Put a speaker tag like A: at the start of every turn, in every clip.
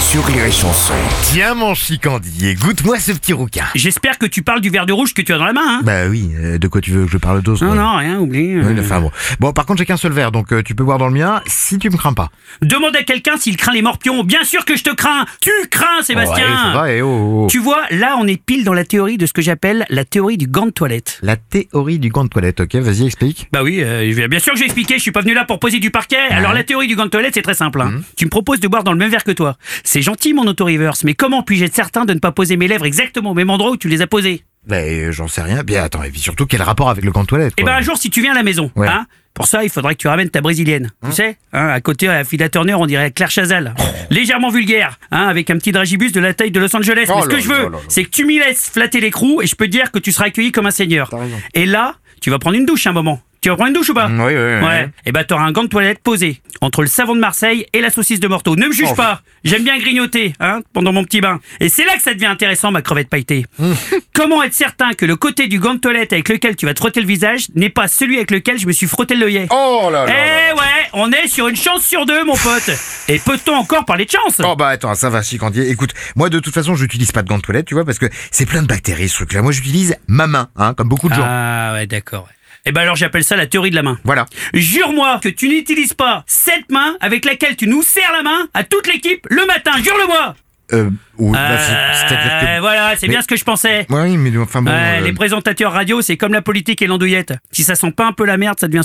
A: sur Rire et Chanson.
B: Tiens mon chicandier, goûte-moi ce petit rouquin.
C: J'espère que tu parles du verre de rouge que tu as dans la main. Hein
B: Bah oui, euh, de quoi tu veux que je parle d'autre
C: non,
B: ouais.
C: non, rien, oublie. euh.
B: Ouais, enfin, bon. bon, par contre, j'ai qu'un seul verre, donc euh, tu peux boire dans le mien si tu me crains pas.
C: Demande à quelqu'un s'il craint les morpions. Bien sûr que je te crains. Tu crains,
B: Ouais,
C: Sébastien.
B: ça va, et oh, oh.
C: Bah, tu vois, là, on est pile dans la théorie de ce que j'appelle la théorie du gant de toilette.
B: La théorie du gant de toilette, ok Vas-y, explique.
C: Bah oui, euh, bien sûr que j'ai expliqué, je suis pas venu là pour poser du parquet. Alors la théorie du gant de toilette, c'est très simple.
B: Mhm.
C: hein. Tu me proposes de boire dans le même verre que toi. C'est gentil mon auto-reverse, mais comment puis-je être certain de ne pas poser mes lèvres exactement au même endroit où tu les as posées
B: Bah, euh, j'en sais rien. Bien, attends, et puis surtout, quel rapport avec le gant de toilette
C: Eh
B: quoi
C: ben un jour, si tu viens à la maison,
B: Ouais.
C: hein, pour ça, il faudrait que tu ramènes ta brésilienne. Tu sais, hein, à côté, à Fida Turner, on dirait Claire Chazal. hein.
B: Oh.
C: Légèrement vulgaire, hein, avec un petit dragibus de la taille de Los Angeles.
B: Oh
C: Mais ce
B: là
C: que je
B: là
C: veux,
B: là là.
C: c'est que tu m'y laisses flatter l'écrou et je peux te dire que tu seras accueilli comme un seigneur.
B: raison.
C: Et là, tu vas prendre une douche un moment. Tu vas prendre une douche ou pas
B: Mm, oui, oui, oui.
C: Ouais. Et ben, t'auras un gant de toilette posé entre le savon de Marseille et la saucisse de Morteau. Ne me juge
B: Oh.
C: pas. J'aime bien grignoter, hein, pendant mon petit bain. Et c'est là que ça devient intéressant, ma crevette pailletée.
B: Mmh.
C: Comment être certain que le côté du gant de toilette avec lequel tu vas te frotter le visage n'est pas celui avec lequel je me suis frotté le l'œillet
B: Oh là
C: Eh
B: là là.
C: ouais, on est sur une chance sur deux, mon pote. Et peut-on encore parler de chance
B: Oh bah attends, ça va, chicandier. Écoute, moi de toute façon, j'utilise pas de gant de toilette, tu vois, parce que c'est plein de bactéries ce truc-là. Moi, j'utilise ma main, hein, comme beaucoup de gens.
C: Ah ouais, d'accord. Eh ben alors j'appelle ça la théorie de la main.
B: Voilà.
C: Jure-moi que tu n'utilises pas cette main avec laquelle tu nous serres la main à toute l'équipe le matin. Jure-le-moi.
B: Euh, oh,
C: Euh,
B: bah, c'est- c'est-à-dire que-
C: Voilà, c'est
B: Mais-
C: bien ce que je pensais.
B: Oui, mais enfin bon.
C: Ouais,
B: euh,
C: Euh, Les présentateurs radio, c'est comme la politique et l'andouillette. Si ça sent pas un peu la merde, ça devient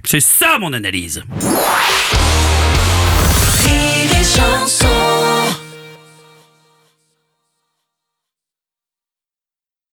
B: Eh.
C: C'est ça mon analyse.
D: Rire et chanson.